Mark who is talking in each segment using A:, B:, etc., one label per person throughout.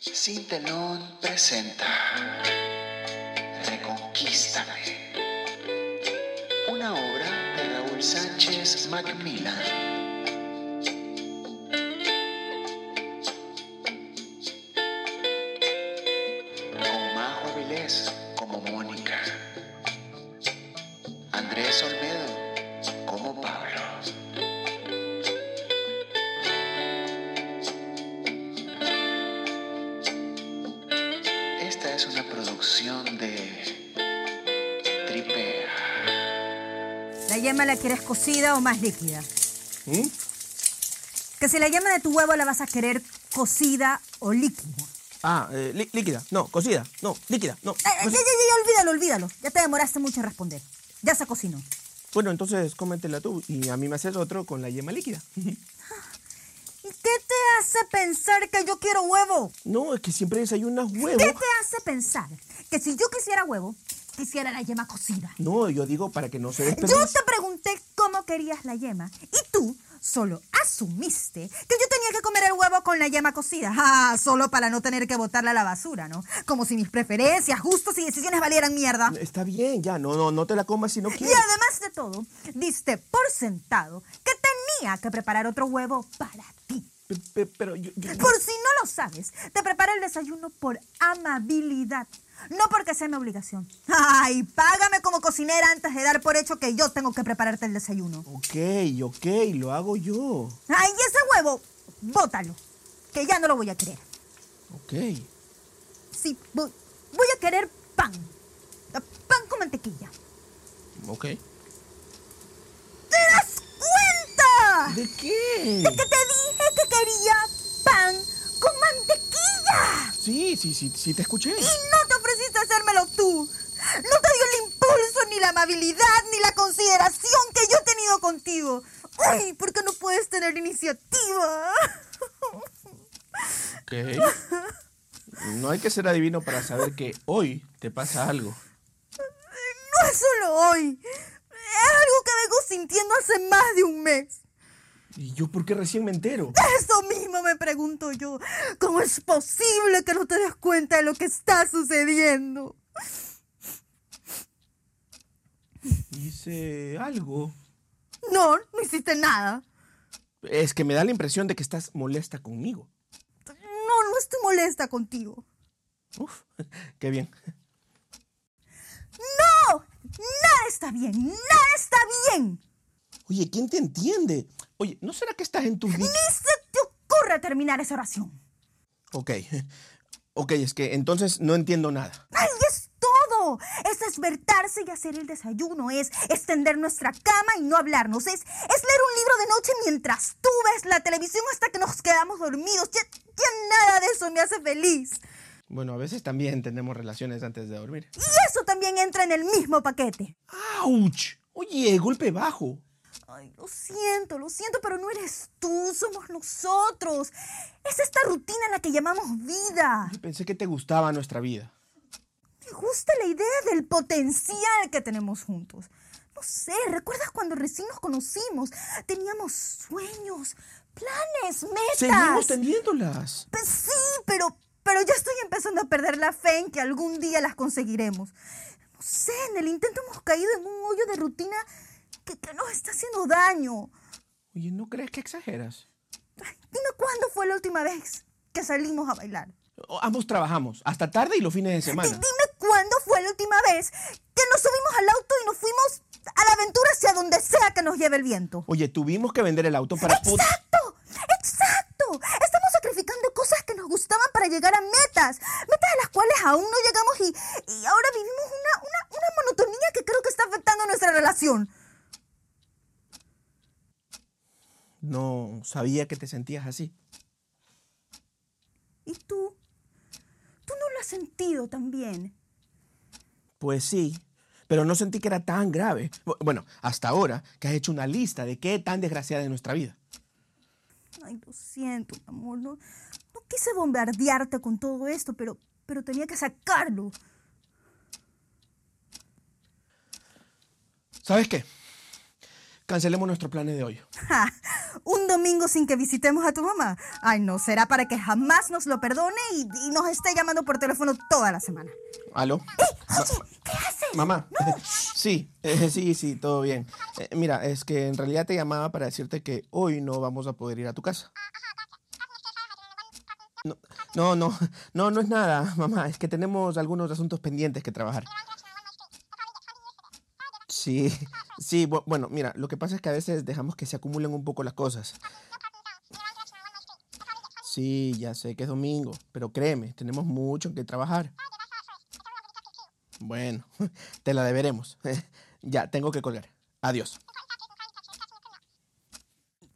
A: Sin telón presenta Reconquístame. Una obra de Raúl Sánchez Macmillan. Con Majo Vilés como Mónica. Andrés Olmedo como Pablo. Esta es una producción de Tripea.
B: La yema la quieres cocida o más líquida.
C: ¿Mm?
B: Que si la yema de tu huevo la vas a querer cocida o líquida.
C: Ah, eh, lí- líquida. No, cocida. No, líquida. No.
B: Eh, eh, ya, ya,
C: coci-
B: ya, olvídalo, olvídalo. Ya te demoraste mucho en responder. Ya se cocinó.
C: Bueno, entonces cómetela tú y a mí me haces otro con la yema líquida.
B: ¿Y qué te hace pensar que yo quiero huevo?
C: No, es que siempre desayunas
B: ¿Qué
C: huevo.
B: te hace pensar que si yo quisiera huevo, quisiera la yema cocida?
C: No, yo digo para que no se
B: Yo
C: desperdicie.
B: te pregunté cómo querías la yema y tú solo asumiste que yo tenía que comer el huevo con la yema cocida. Ah, solo para no tener que botarla a la basura, ¿no? Como si mis preferencias, gustos y decisiones valieran mierda.
C: Está bien, ya. No, no, no te la comas si no
B: Y
C: quieres.
B: además de todo, diste por sentado que tenía que preparar otro huevo para ti.
C: Pe- pe- Pero yo, yo-
B: Por si no lo sabes, te preparo el desayuno por amabilidad, no porque sea mi obligación. Ay, págame como cocinera antes de dar por hecho que yo tengo que prepararte el desayuno.
C: Ok, ok, lo hago yo.
B: Ay, y ese huevo, bótalo, que ya no lo voy a querer.
C: Ok.
B: Sí, voy, voy a querer pan. Pan con mantequilla.
C: Ok.
B: ¿Te das cuenta?
C: ¿De qué?
B: Que te dije que quería pan con mantequilla.
C: Sí, sí, sí, sí, te escuché.
B: Y no te ofreciste a hacérmelo tú. No te dio el impulso, ni la amabilidad, ni la consideración que yo he tenido contigo. Uy, ¿por qué no puedes tener iniciativa?
C: Ok. No hay que ser adivino para saber que hoy te pasa algo.
B: No es solo hoy. Es algo que vengo sintiendo hace más de un mes.
C: ¿Y yo por qué recién me entero?
B: Eso mismo me pregunto yo. ¿Cómo es posible que no te des cuenta de lo que está sucediendo?
C: Hice algo.
B: No, no hiciste nada.
C: Es que me da la impresión de que estás molesta conmigo.
B: No, no estoy molesta contigo.
C: Uf, qué bien.
B: ¡No! Nada está bien, nada está bien.
C: Oye, ¿quién te entiende? Oye, ¿no será que estás en tus... di-
B: Ni se te ocurra terminar esa oración.
C: Ok. Ok, es que entonces no entiendo nada.
B: ¡Ay, es todo! Es despertarse y hacer el desayuno, es extender nuestra cama y no hablarnos, es, es leer un libro de noche mientras tú ves la televisión hasta que nos quedamos dormidos. Ya, ya nada de eso me hace feliz.
C: Bueno, a veces también tenemos relaciones antes de dormir.
B: Y eso también entra en el mismo paquete.
C: ¡Auch! Oye, golpe bajo.
B: Ay, lo siento, lo siento, pero no eres tú, somos nosotros. Es esta rutina la que llamamos vida.
C: Yo pensé que te gustaba nuestra vida.
B: Me gusta la idea del potencial que tenemos juntos. No sé, ¿recuerdas cuando recién nos conocimos? Teníamos sueños, planes, metas.
C: Seguimos teniéndolas.
B: Pe- Pues sí, pero, pero ya estoy empezando a perder la fe en que algún día las conseguiremos. No sé, en el intento hemos caído en un hoyo de rutina que, que nos está haciendo daño.
C: Oye, ¿no crees que exageras?
B: Ay, Dime cuándo fue la última vez que salimos a bailar.
C: O- ambos trabajamos, hasta tarde y los fines de
B: Di-
C: semana.
B: dime cuándo fue la última vez que nos subimos al auto y nos fuimos a la aventura hacia donde sea que nos lleve el viento.
C: Oye, tuvimos que vender el auto para... pu-
B: ¡Exacto! ¡Exacto! Estamos sacrificando cosas que nos gustaban para llegar a metas, metas a las cuales aún no llegamos y, y ahora vivimos una, una, una monotonía que creo que está afectando nuestra relación.
C: No sabía que te sentías así.
B: ¿Y tú? ¿Tú no lo has sentido también?
C: Pues sí, pero no sentí que era tan grave. Bu- Bueno, hasta ahora que has hecho una lista de qué tan desgraciada es nuestra vida.
B: Ay, lo siento, mi amor. No, no quise bombardearte con todo esto, pero, pero tenía que sacarlo.
C: ¿Sabes qué? Cancelemos nuestros planes de hoy.
B: Ja, un domingo sin que visitemos a tu mamá. Ay, no, será para que jamás nos lo perdone y, y nos esté llamando por teléfono toda la semana.
C: ¿Aló?
B: Oye, ¿qué haces?
C: Mamá. Sí, eh, sí, sí, todo bien. Eh, mira, es que en realidad te llamaba para decirte que hoy no vamos a poder ir a tu casa. No, no, no, no, no es nada, mamá. Es que tenemos algunos asuntos pendientes que trabajar. Sí, sí, bu- bueno, mira, lo que pasa es que a veces dejamos que se acumulen un poco las cosas. Sí, ya sé que es domingo, pero créeme, tenemos mucho que trabajar. Bueno, te la deberemos. Ya, tengo que colgar. Adiós.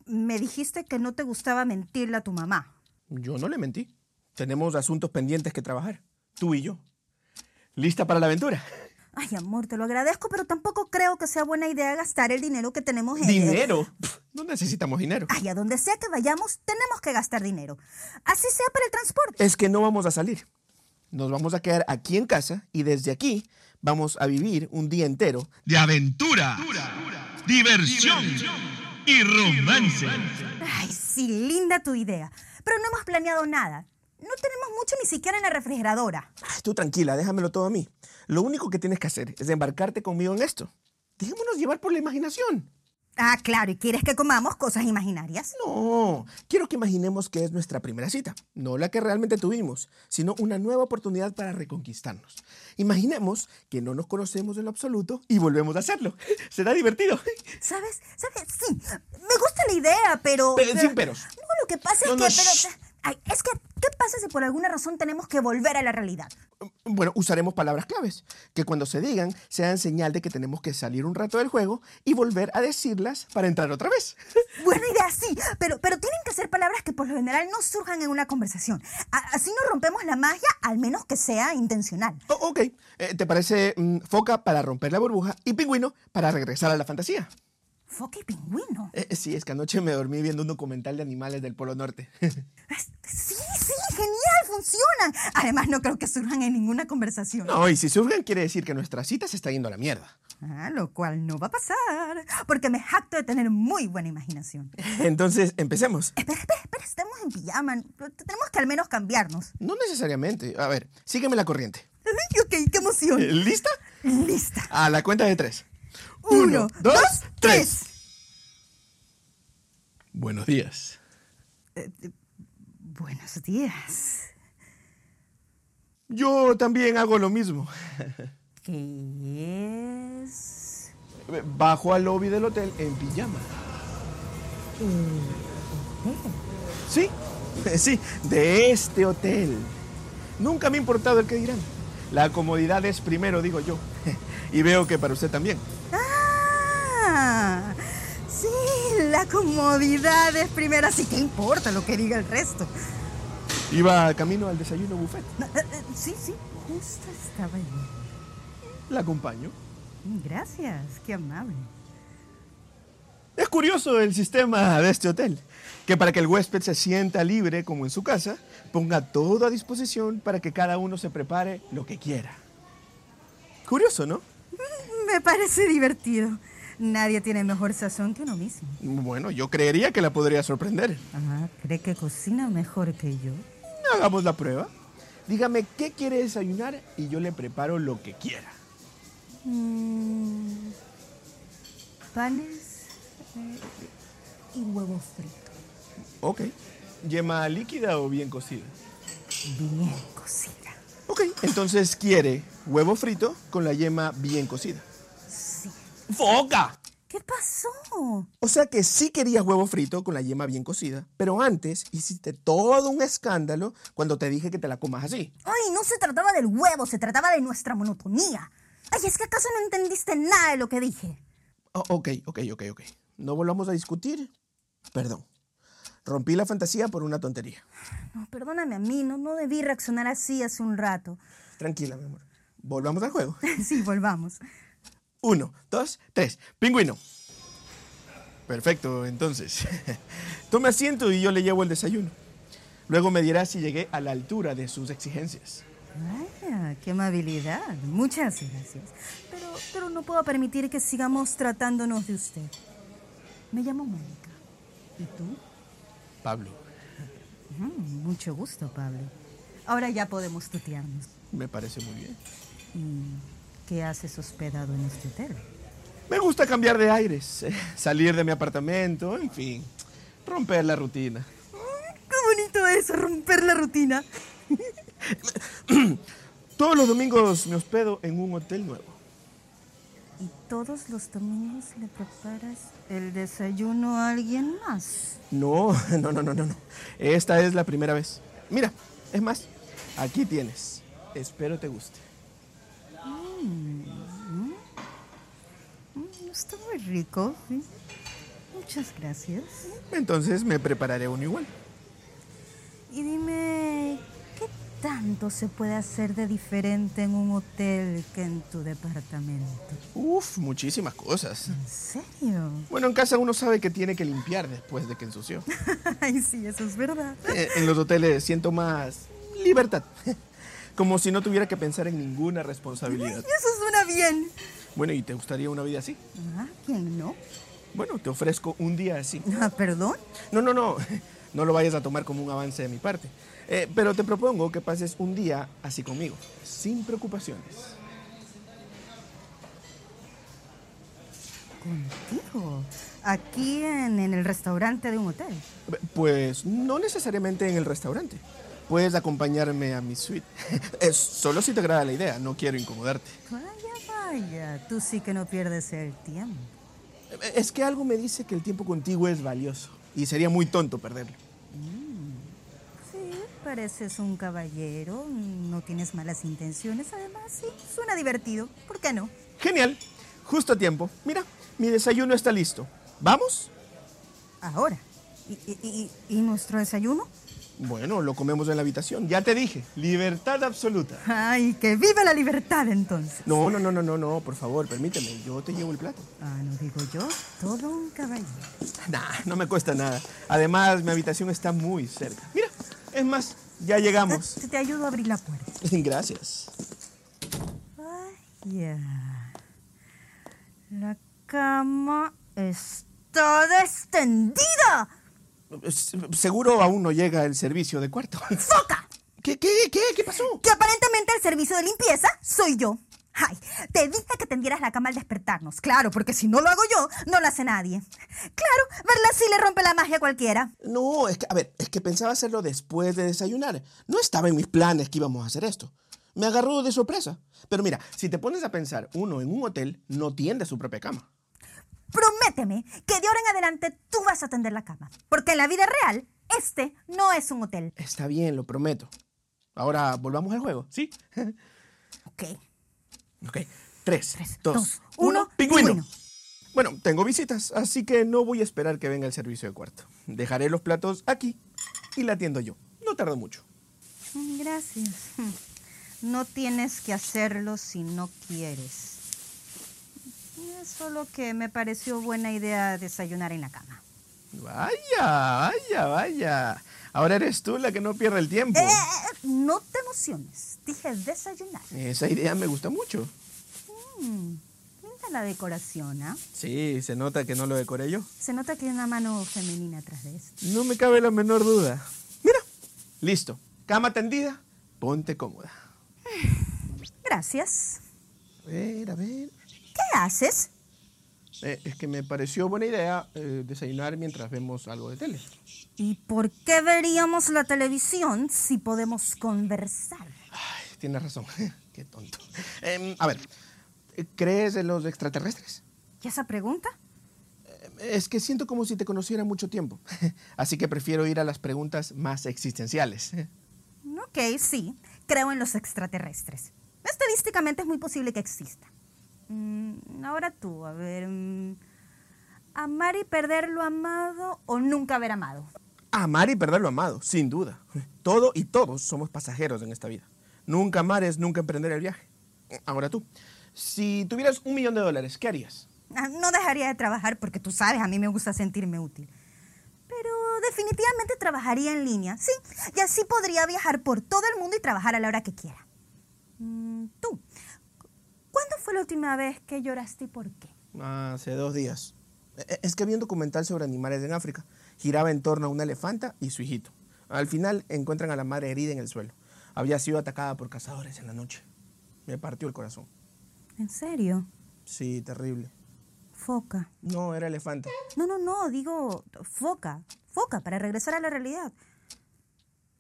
B: Me dijiste que no te gustaba mentirle a tu mamá.
C: Yo no le mentí. Tenemos asuntos pendientes que trabajar, tú y yo. ¿Lista para la aventura?
B: Ay, amor, te lo agradezco, pero tampoco creo que sea buena idea gastar el dinero que tenemos en...
C: ¿Dinero? Pf, No necesitamos dinero.
B: Ay, a donde sea que vayamos, tenemos que gastar dinero. Así sea para el transporte.
C: Es que no vamos a salir. Nos vamos a quedar aquí en casa y desde aquí vamos a vivir un día entero.
D: de aventura, diversión y romance.
C: Eh.
B: Ay, sí, linda tu idea. Pero no hemos planeado nada. No tenemos mucho ni siquiera en la refrigeradora.
C: Ay, Tú tranquila, déjamelo todo a mí. Lo único que tienes que hacer es embarcarte conmigo en esto. Dejémonos llevar por la imaginación.
B: Ah, claro, ¿y quieres que comamos cosas imaginarias?
C: No, quiero que imaginemos que es nuestra primera cita, no la que realmente tuvimos, sino una nueva oportunidad para reconquistarnos. Imaginemos que no nos conocemos en lo absoluto y volvemos a hacerlo. Será divertido.
B: ¿Sabes? ¿Sabes? Sí, me gusta la idea, pero...
C: Pero sin peros.
B: No, lo que pasa es
C: No,
B: que...
C: no,
B: pero-
C: shh.
B: Ay, es que, ¿qué pasa si por alguna razón tenemos que volver a la realidad?
C: Bueno, usaremos palabras claves, que cuando se digan sean señal de que tenemos que salir un rato del juego y volver a decirlas para entrar otra vez.
B: Buena idea, sí, pero, pero tienen que ser palabras que por lo general no surjan en una conversación. A- así no rompemos la magia, al menos que sea intencional.
C: O- ok, eh, ¿te parece mm, foca para romper la burbuja y pingüino para regresar a la fantasía?
B: Foque y pingüino.
C: Eh, sí, es que anoche me dormí viendo un documental de animales del Polo Norte.
B: Es- Sí, sí, genial, funcionan. Además, no creo que surjan en ninguna conversación.
C: No, y si surgen quiere decir que nuestra cita se está yendo a la mierda.
B: Ah, lo cual no va a pasar, porque me jacto de tener muy buena imaginación.
C: Entonces, empecemos.
B: Espera, espera, espera, estamos en pijama. Tenemos que al menos cambiarnos.
C: No necesariamente. A ver, sígueme la corriente.
B: Ay, ok, qué emoción.
C: Eh, ¿Lista?
B: Lista.
C: A la cuenta de tres.
B: Uno, dos, tres.
C: Buenos días.
B: Buenos días.
C: Yo también hago lo mismo.
B: ¿Qué es?
C: Bajo al lobby del hotel en pijama. Sí, sí, de este hotel. Nunca me ha importado el que dirán. La comodidad es primero, digo yo. Y veo que para usted también.
B: Ah, sí, la comodidad es primero, así que importa lo que diga el resto.
C: Iba camino al desayuno buffet.
B: No, eh, eh, Sí, sí, justo estaba ahí.
C: La acompaño.
B: Gracias, qué amable.
C: Es curioso el sistema de este hotel, que para que el huésped se sienta libre como en su casa, ponga todo a disposición para que cada uno se prepare lo que quiera. Curioso, ¿no?
B: Me parece divertido. Nadie tiene mejor sazón que uno mismo.
C: Bueno, yo creería que la podría sorprender.
B: Ah, ¿cree que cocina mejor que yo?
C: Hagamos la prueba. Dígame qué quiere desayunar y yo le preparo lo que quiera.
B: Mm, panes eh, y huevos fritos.
C: Ok. ¿Yema líquida o bien cocida?
B: Bien cocida.
C: Ok. Entonces quiere huevo frito con la yema bien cocida.
B: Sí.
C: ¡Foca!
B: ¿Qué pasó?
C: O sea que sí querías huevo frito con la yema bien cocida, pero antes hiciste todo un escándalo cuando te dije que te la comas así.
B: Ay, no se trataba del huevo, se trataba de nuestra monotonía. Ay, es que acaso no entendiste nada de lo que dije.
C: O- Oh, ok, ok, ok, ok. No volvamos a discutir. Perdón. Rompí la fantasía por una tontería.
B: No, perdóname a mí, no, no debí reaccionar así hace un rato.
C: Tranquila, mi amor. Volvamos al juego.
B: Sí, volvamos.
C: Uno, dos, tres. Pingüino. Perfecto, entonces. Tome asiento y yo le llevo el desayuno. Luego me dirás si llegué a la altura de sus exigencias.
B: Vaya, qué amabilidad. Muchas gracias. Pero, pero no puedo permitir que sigamos tratándonos de usted. Me llamo Mónica. ¿Y tú?
C: Pablo,
B: Mm, mucho gusto, Pablo. Ahora ya podemos tutearnos.
C: me parece muy bien.
B: ¿Y qué haces hospedado en este hotel?
C: Me gusta cambiar de aires, eh, salir de mi apartamento, en fin, romper la rutina.
B: ¡Qué bonito es romper la rutina!
C: Todos los domingos me hospedo en un hotel nuevo.
B: ¿Y todos los domingos le preparas el desayuno a alguien más?
C: No, no, no, no, no, no. Esta es la primera vez. Mira, es más, aquí tienes. Espero te guste.
B: Mm, está muy rico, sí. Muchas gracias.
C: Entonces me prepararé uno igual.
B: Y dime, ¿qué tanto se puede hacer de diferente en un hotel que en tu departamento?
C: Uf, muchísimas cosas.
B: ¿En serio?
C: Bueno, en casa uno sabe que tiene que limpiar después de que ensució.
B: Ay, sí, eso es verdad.
C: Eh, en los hoteles siento más libertad. Como si no tuviera que pensar en ninguna responsabilidad.
B: Eso suena bien.
C: Bueno, ¿y te gustaría una vida así?
B: Ah, ¿quién no?
C: Bueno, te ofrezco un día así.
B: Ah, perdón.
C: No, no, no. No lo vayas a tomar como un avance de mi parte. Eh, pero te propongo que pases un día así conmigo, sin preocupaciones.
B: Contigo. Aquí en, en el restaurante de un hotel.
C: P- Pues no necesariamente en el restaurante. Puedes acompañarme a mi suite. Es solo si te agrada la idea, no quiero incomodarte.
B: Vaya, vaya. Tú sí que no pierdes el tiempo.
C: Eh, Es que algo me dice que el tiempo contigo es valioso y sería muy tonto perderlo.
B: Sí, pareces un caballero. No tienes malas intenciones. Además, sí, suena divertido. ¿Por qué no?
C: Genial, justo a tiempo. Mira, mi desayuno está listo. ¿Vamos?
B: Ahora. ¿Y, y- y- y nuestro desayuno?
C: Bueno, lo comemos en la habitación. Ya te dije, libertad absoluta.
B: Ay, que viva la libertad entonces.
C: No, no, no, no, no, no, por favor, permíteme, yo te llevo el plato.
B: Ah, no digo yo, todo un caballero.
C: Nah, no me cuesta nada. Además, mi habitación está muy cerca. Mira, es más, ya llegamos.
B: Te, te ayudo a abrir la puerta.
C: Gracias.
B: Vaya. La cama está extendida.
C: S- Seguro aún no llega el servicio de cuarto.
B: ¡Foca!
C: ¿Qué, qué, qué, qué pasó?
B: Que aparentemente el servicio de limpieza soy yo. Ay, te dije que tendieras la cama al despertarnos. Claro, porque si no lo hago yo, no lo hace nadie. Claro, verla así le rompe la magia a cualquiera.
C: No, es que, a ver, es que pensaba hacerlo después de desayunar. No estaba en mis planes que íbamos a hacer esto. Me agarró de sorpresa. Pero mira, si te pones a pensar, uno en un hotel no tiende su propia cama.
B: Prométeme que de ahora en adelante tú vas a tender la cama. Porque en la vida real, este no es un hotel.
C: Está bien, lo prometo. Ahora volvamos al juego, ¿sí?
B: Ok.
C: Ok. Tres,
B: Tres,
C: dos,
B: dos,
C: uno,
B: uno,
C: pingüino.
B: pingüino.
C: Bueno, tengo visitas, así que no voy a esperar que venga el servicio de cuarto. Dejaré los platos aquí y la atiendo yo. No tardo mucho.
B: Mm, Gracias. Mm. No tienes que hacerlo si no quieres. Es solo que me pareció buena idea desayunar en la cama.
C: Vaya, vaya, vaya. Ahora eres tú la que no pierde el tiempo.
B: Eh, eh, no te emociones. Dije desayunar.
C: Esa idea me gusta mucho.
B: Mm, Linda la decoración, ¿ah?
C: Sí, se nota que no lo decoré yo.
B: Se nota que hay una mano femenina atrás de esto.
C: No me cabe la menor duda. Mira, listo. Cama tendida, ponte cómoda.
B: Gracias.
C: A ver, a ver.
B: ¿Qué haces?
C: Eh, es que me pareció buena idea eh, desayunar mientras vemos algo de tele.
B: ¿Y por qué veríamos la televisión si podemos conversar?
C: Ay, tienes razón. Qué tonto. Em, a ver, ¿crees en los extraterrestres?
B: ¿Y esa pregunta?
C: Em, Es que siento como si te conociera mucho tiempo. Así que prefiero ir a las preguntas más existenciales.
B: Ok, sí, creo en los extraterrestres. Estadísticamente es muy posible que exista. Mm, ahora tú, a ver. mm, ¿Amar y perder lo amado o nunca haber amado?
C: Amar y perder lo amado, sin duda. Todo y todos somos pasajeros en esta vida. Nunca amar es nunca emprender el viaje. Ahora tú, si tuvieras un millón de dólares, ¿qué harías?
B: Ah, No dejaría de trabajar porque tú sabes, a mí me gusta sentirme útil. Pero definitivamente trabajaría en línea, sí. Y así podría viajar por todo el mundo y trabajar a la hora que quiera. Mm, tú, ¿cu- ¿cuándo fue la última vez que lloraste y por qué?
C: Hace dos días. E- Es que había un documental sobre animales en África. Giraba en torno a una elefanta y su hijito. Al final encuentran a la madre herida en el suelo. Había sido atacada por cazadores en la noche. Me partió el corazón.
B: ¿En serio?
C: Sí, terrible.
B: Foca.
C: No, era elefanta.
B: No, no, no, digo foca. Foca, para regresar a la realidad.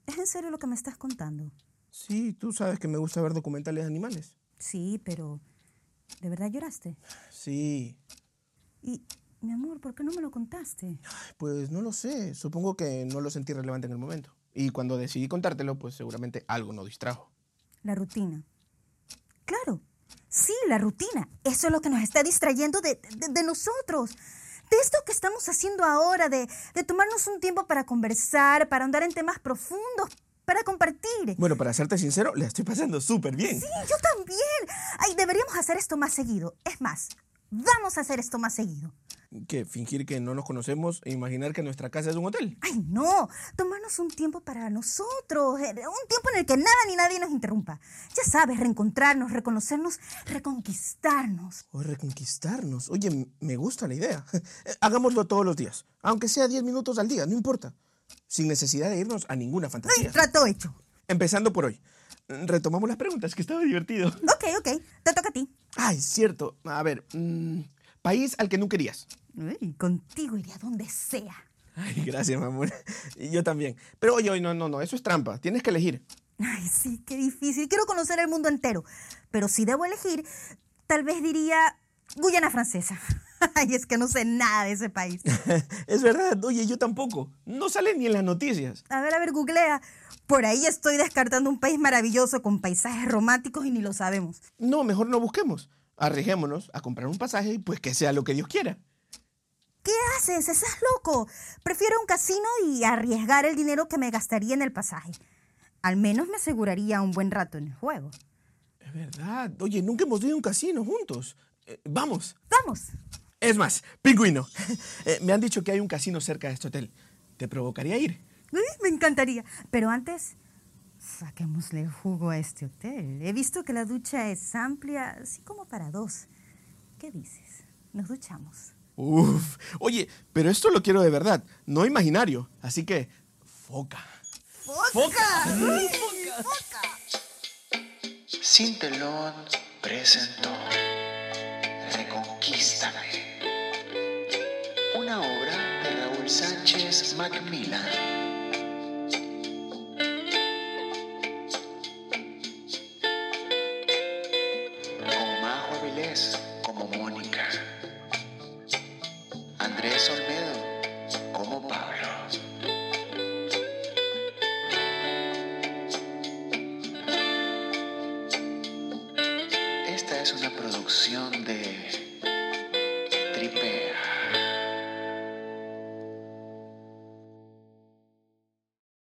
B: ¿Es en serio lo que me estás contando?
C: Sí, tú sabes que me gusta ver documentales de animales.
B: Sí, pero... ¿De verdad lloraste?
C: Sí.
B: Y, mi amor, ¿por qué no me lo contaste?
C: Pues no lo sé. Supongo que no lo sentí relevante en el momento. Y cuando decidí contártelo, pues seguramente algo nos distrajo.
B: La rutina. Claro, sí, la rutina. Eso es lo que nos está distrayendo de, de- de nosotros. De esto que estamos haciendo ahora, de, de tomarnos un tiempo para conversar, para andar en temas profundos, para compartir.
C: Bueno, para serte sincero, la estoy pasando súper bien.
B: Sí, yo también. Ay, deberíamos hacer esto más seguido. Es más, vamos a hacer esto más seguido.
C: Que fingir que no nos conocemos e imaginar que nuestra casa es un hotel.
B: Ay, no, tomarnos un tiempo para nosotros, eh, un tiempo en el que nada ni nadie nos interrumpa. Ya sabes, reencontrarnos, reconocernos, reconquistarnos.
C: O reconquistarnos. Oye, m- me gusta la idea. Eh, Hagámoslo todos los días. Aunque sea 10 minutos al día, no importa. Sin necesidad de irnos a ninguna
B: Ay,
C: fantasía.
B: trato hecho.
C: Empezando por hoy. Mm, Retomamos las preguntas, que estaba divertido.
B: Ok, ok, te toca a ti.
C: Ay, cierto. A ver, mm, país al que no querías.
B: Uy, contigo iré a donde sea.
C: Ay, gracias, mi amor. Y Yo también. Pero oye, oye, no, no, no, eso es trampa. Tienes que elegir.
B: Ay, sí, qué difícil. Quiero conocer el mundo entero. Pero si debo elegir, tal vez diría Guyana Francesa. Ay, es que no sé nada de ese país.
C: es verdad, oye, yo tampoco. No sale ni en las noticias.
B: A ver, a ver, googlea. Por ahí estoy descartando un país maravilloso con paisajes románticos y ni lo sabemos.
C: No, mejor no busquemos. Arriesguémonos a comprar un pasaje y pues que sea lo que Dios quiera.
B: ¿Qué haces? ¿Estás loco? Prefiero un casino y arriesgar el dinero que me gastaría en el pasaje. Al menos me aseguraría un buen rato en el juego.
C: Es verdad. Oye, nunca hemos ido a un casino juntos. Eh, vamos.
B: Vamos.
C: Es más, pingüino. Eh, me han dicho que hay un casino cerca de este hotel. ¿Te provocaría ir?
B: Uy, me encantaría. Pero antes, saquémosle el jugo a este hotel. He visto que la ducha es amplia, así como para dos. ¿Qué dices? Nos duchamos.
C: Uf. Oye, pero esto lo quiero de verdad, no imaginario. Así que, foca.
A: Sin telón presentó Reconquístame. Una obra de Raúl Sánchez Macmillan. Con Majo Avilés como Mónica. Andrés Olmedo como Pablo. Esta es una producción de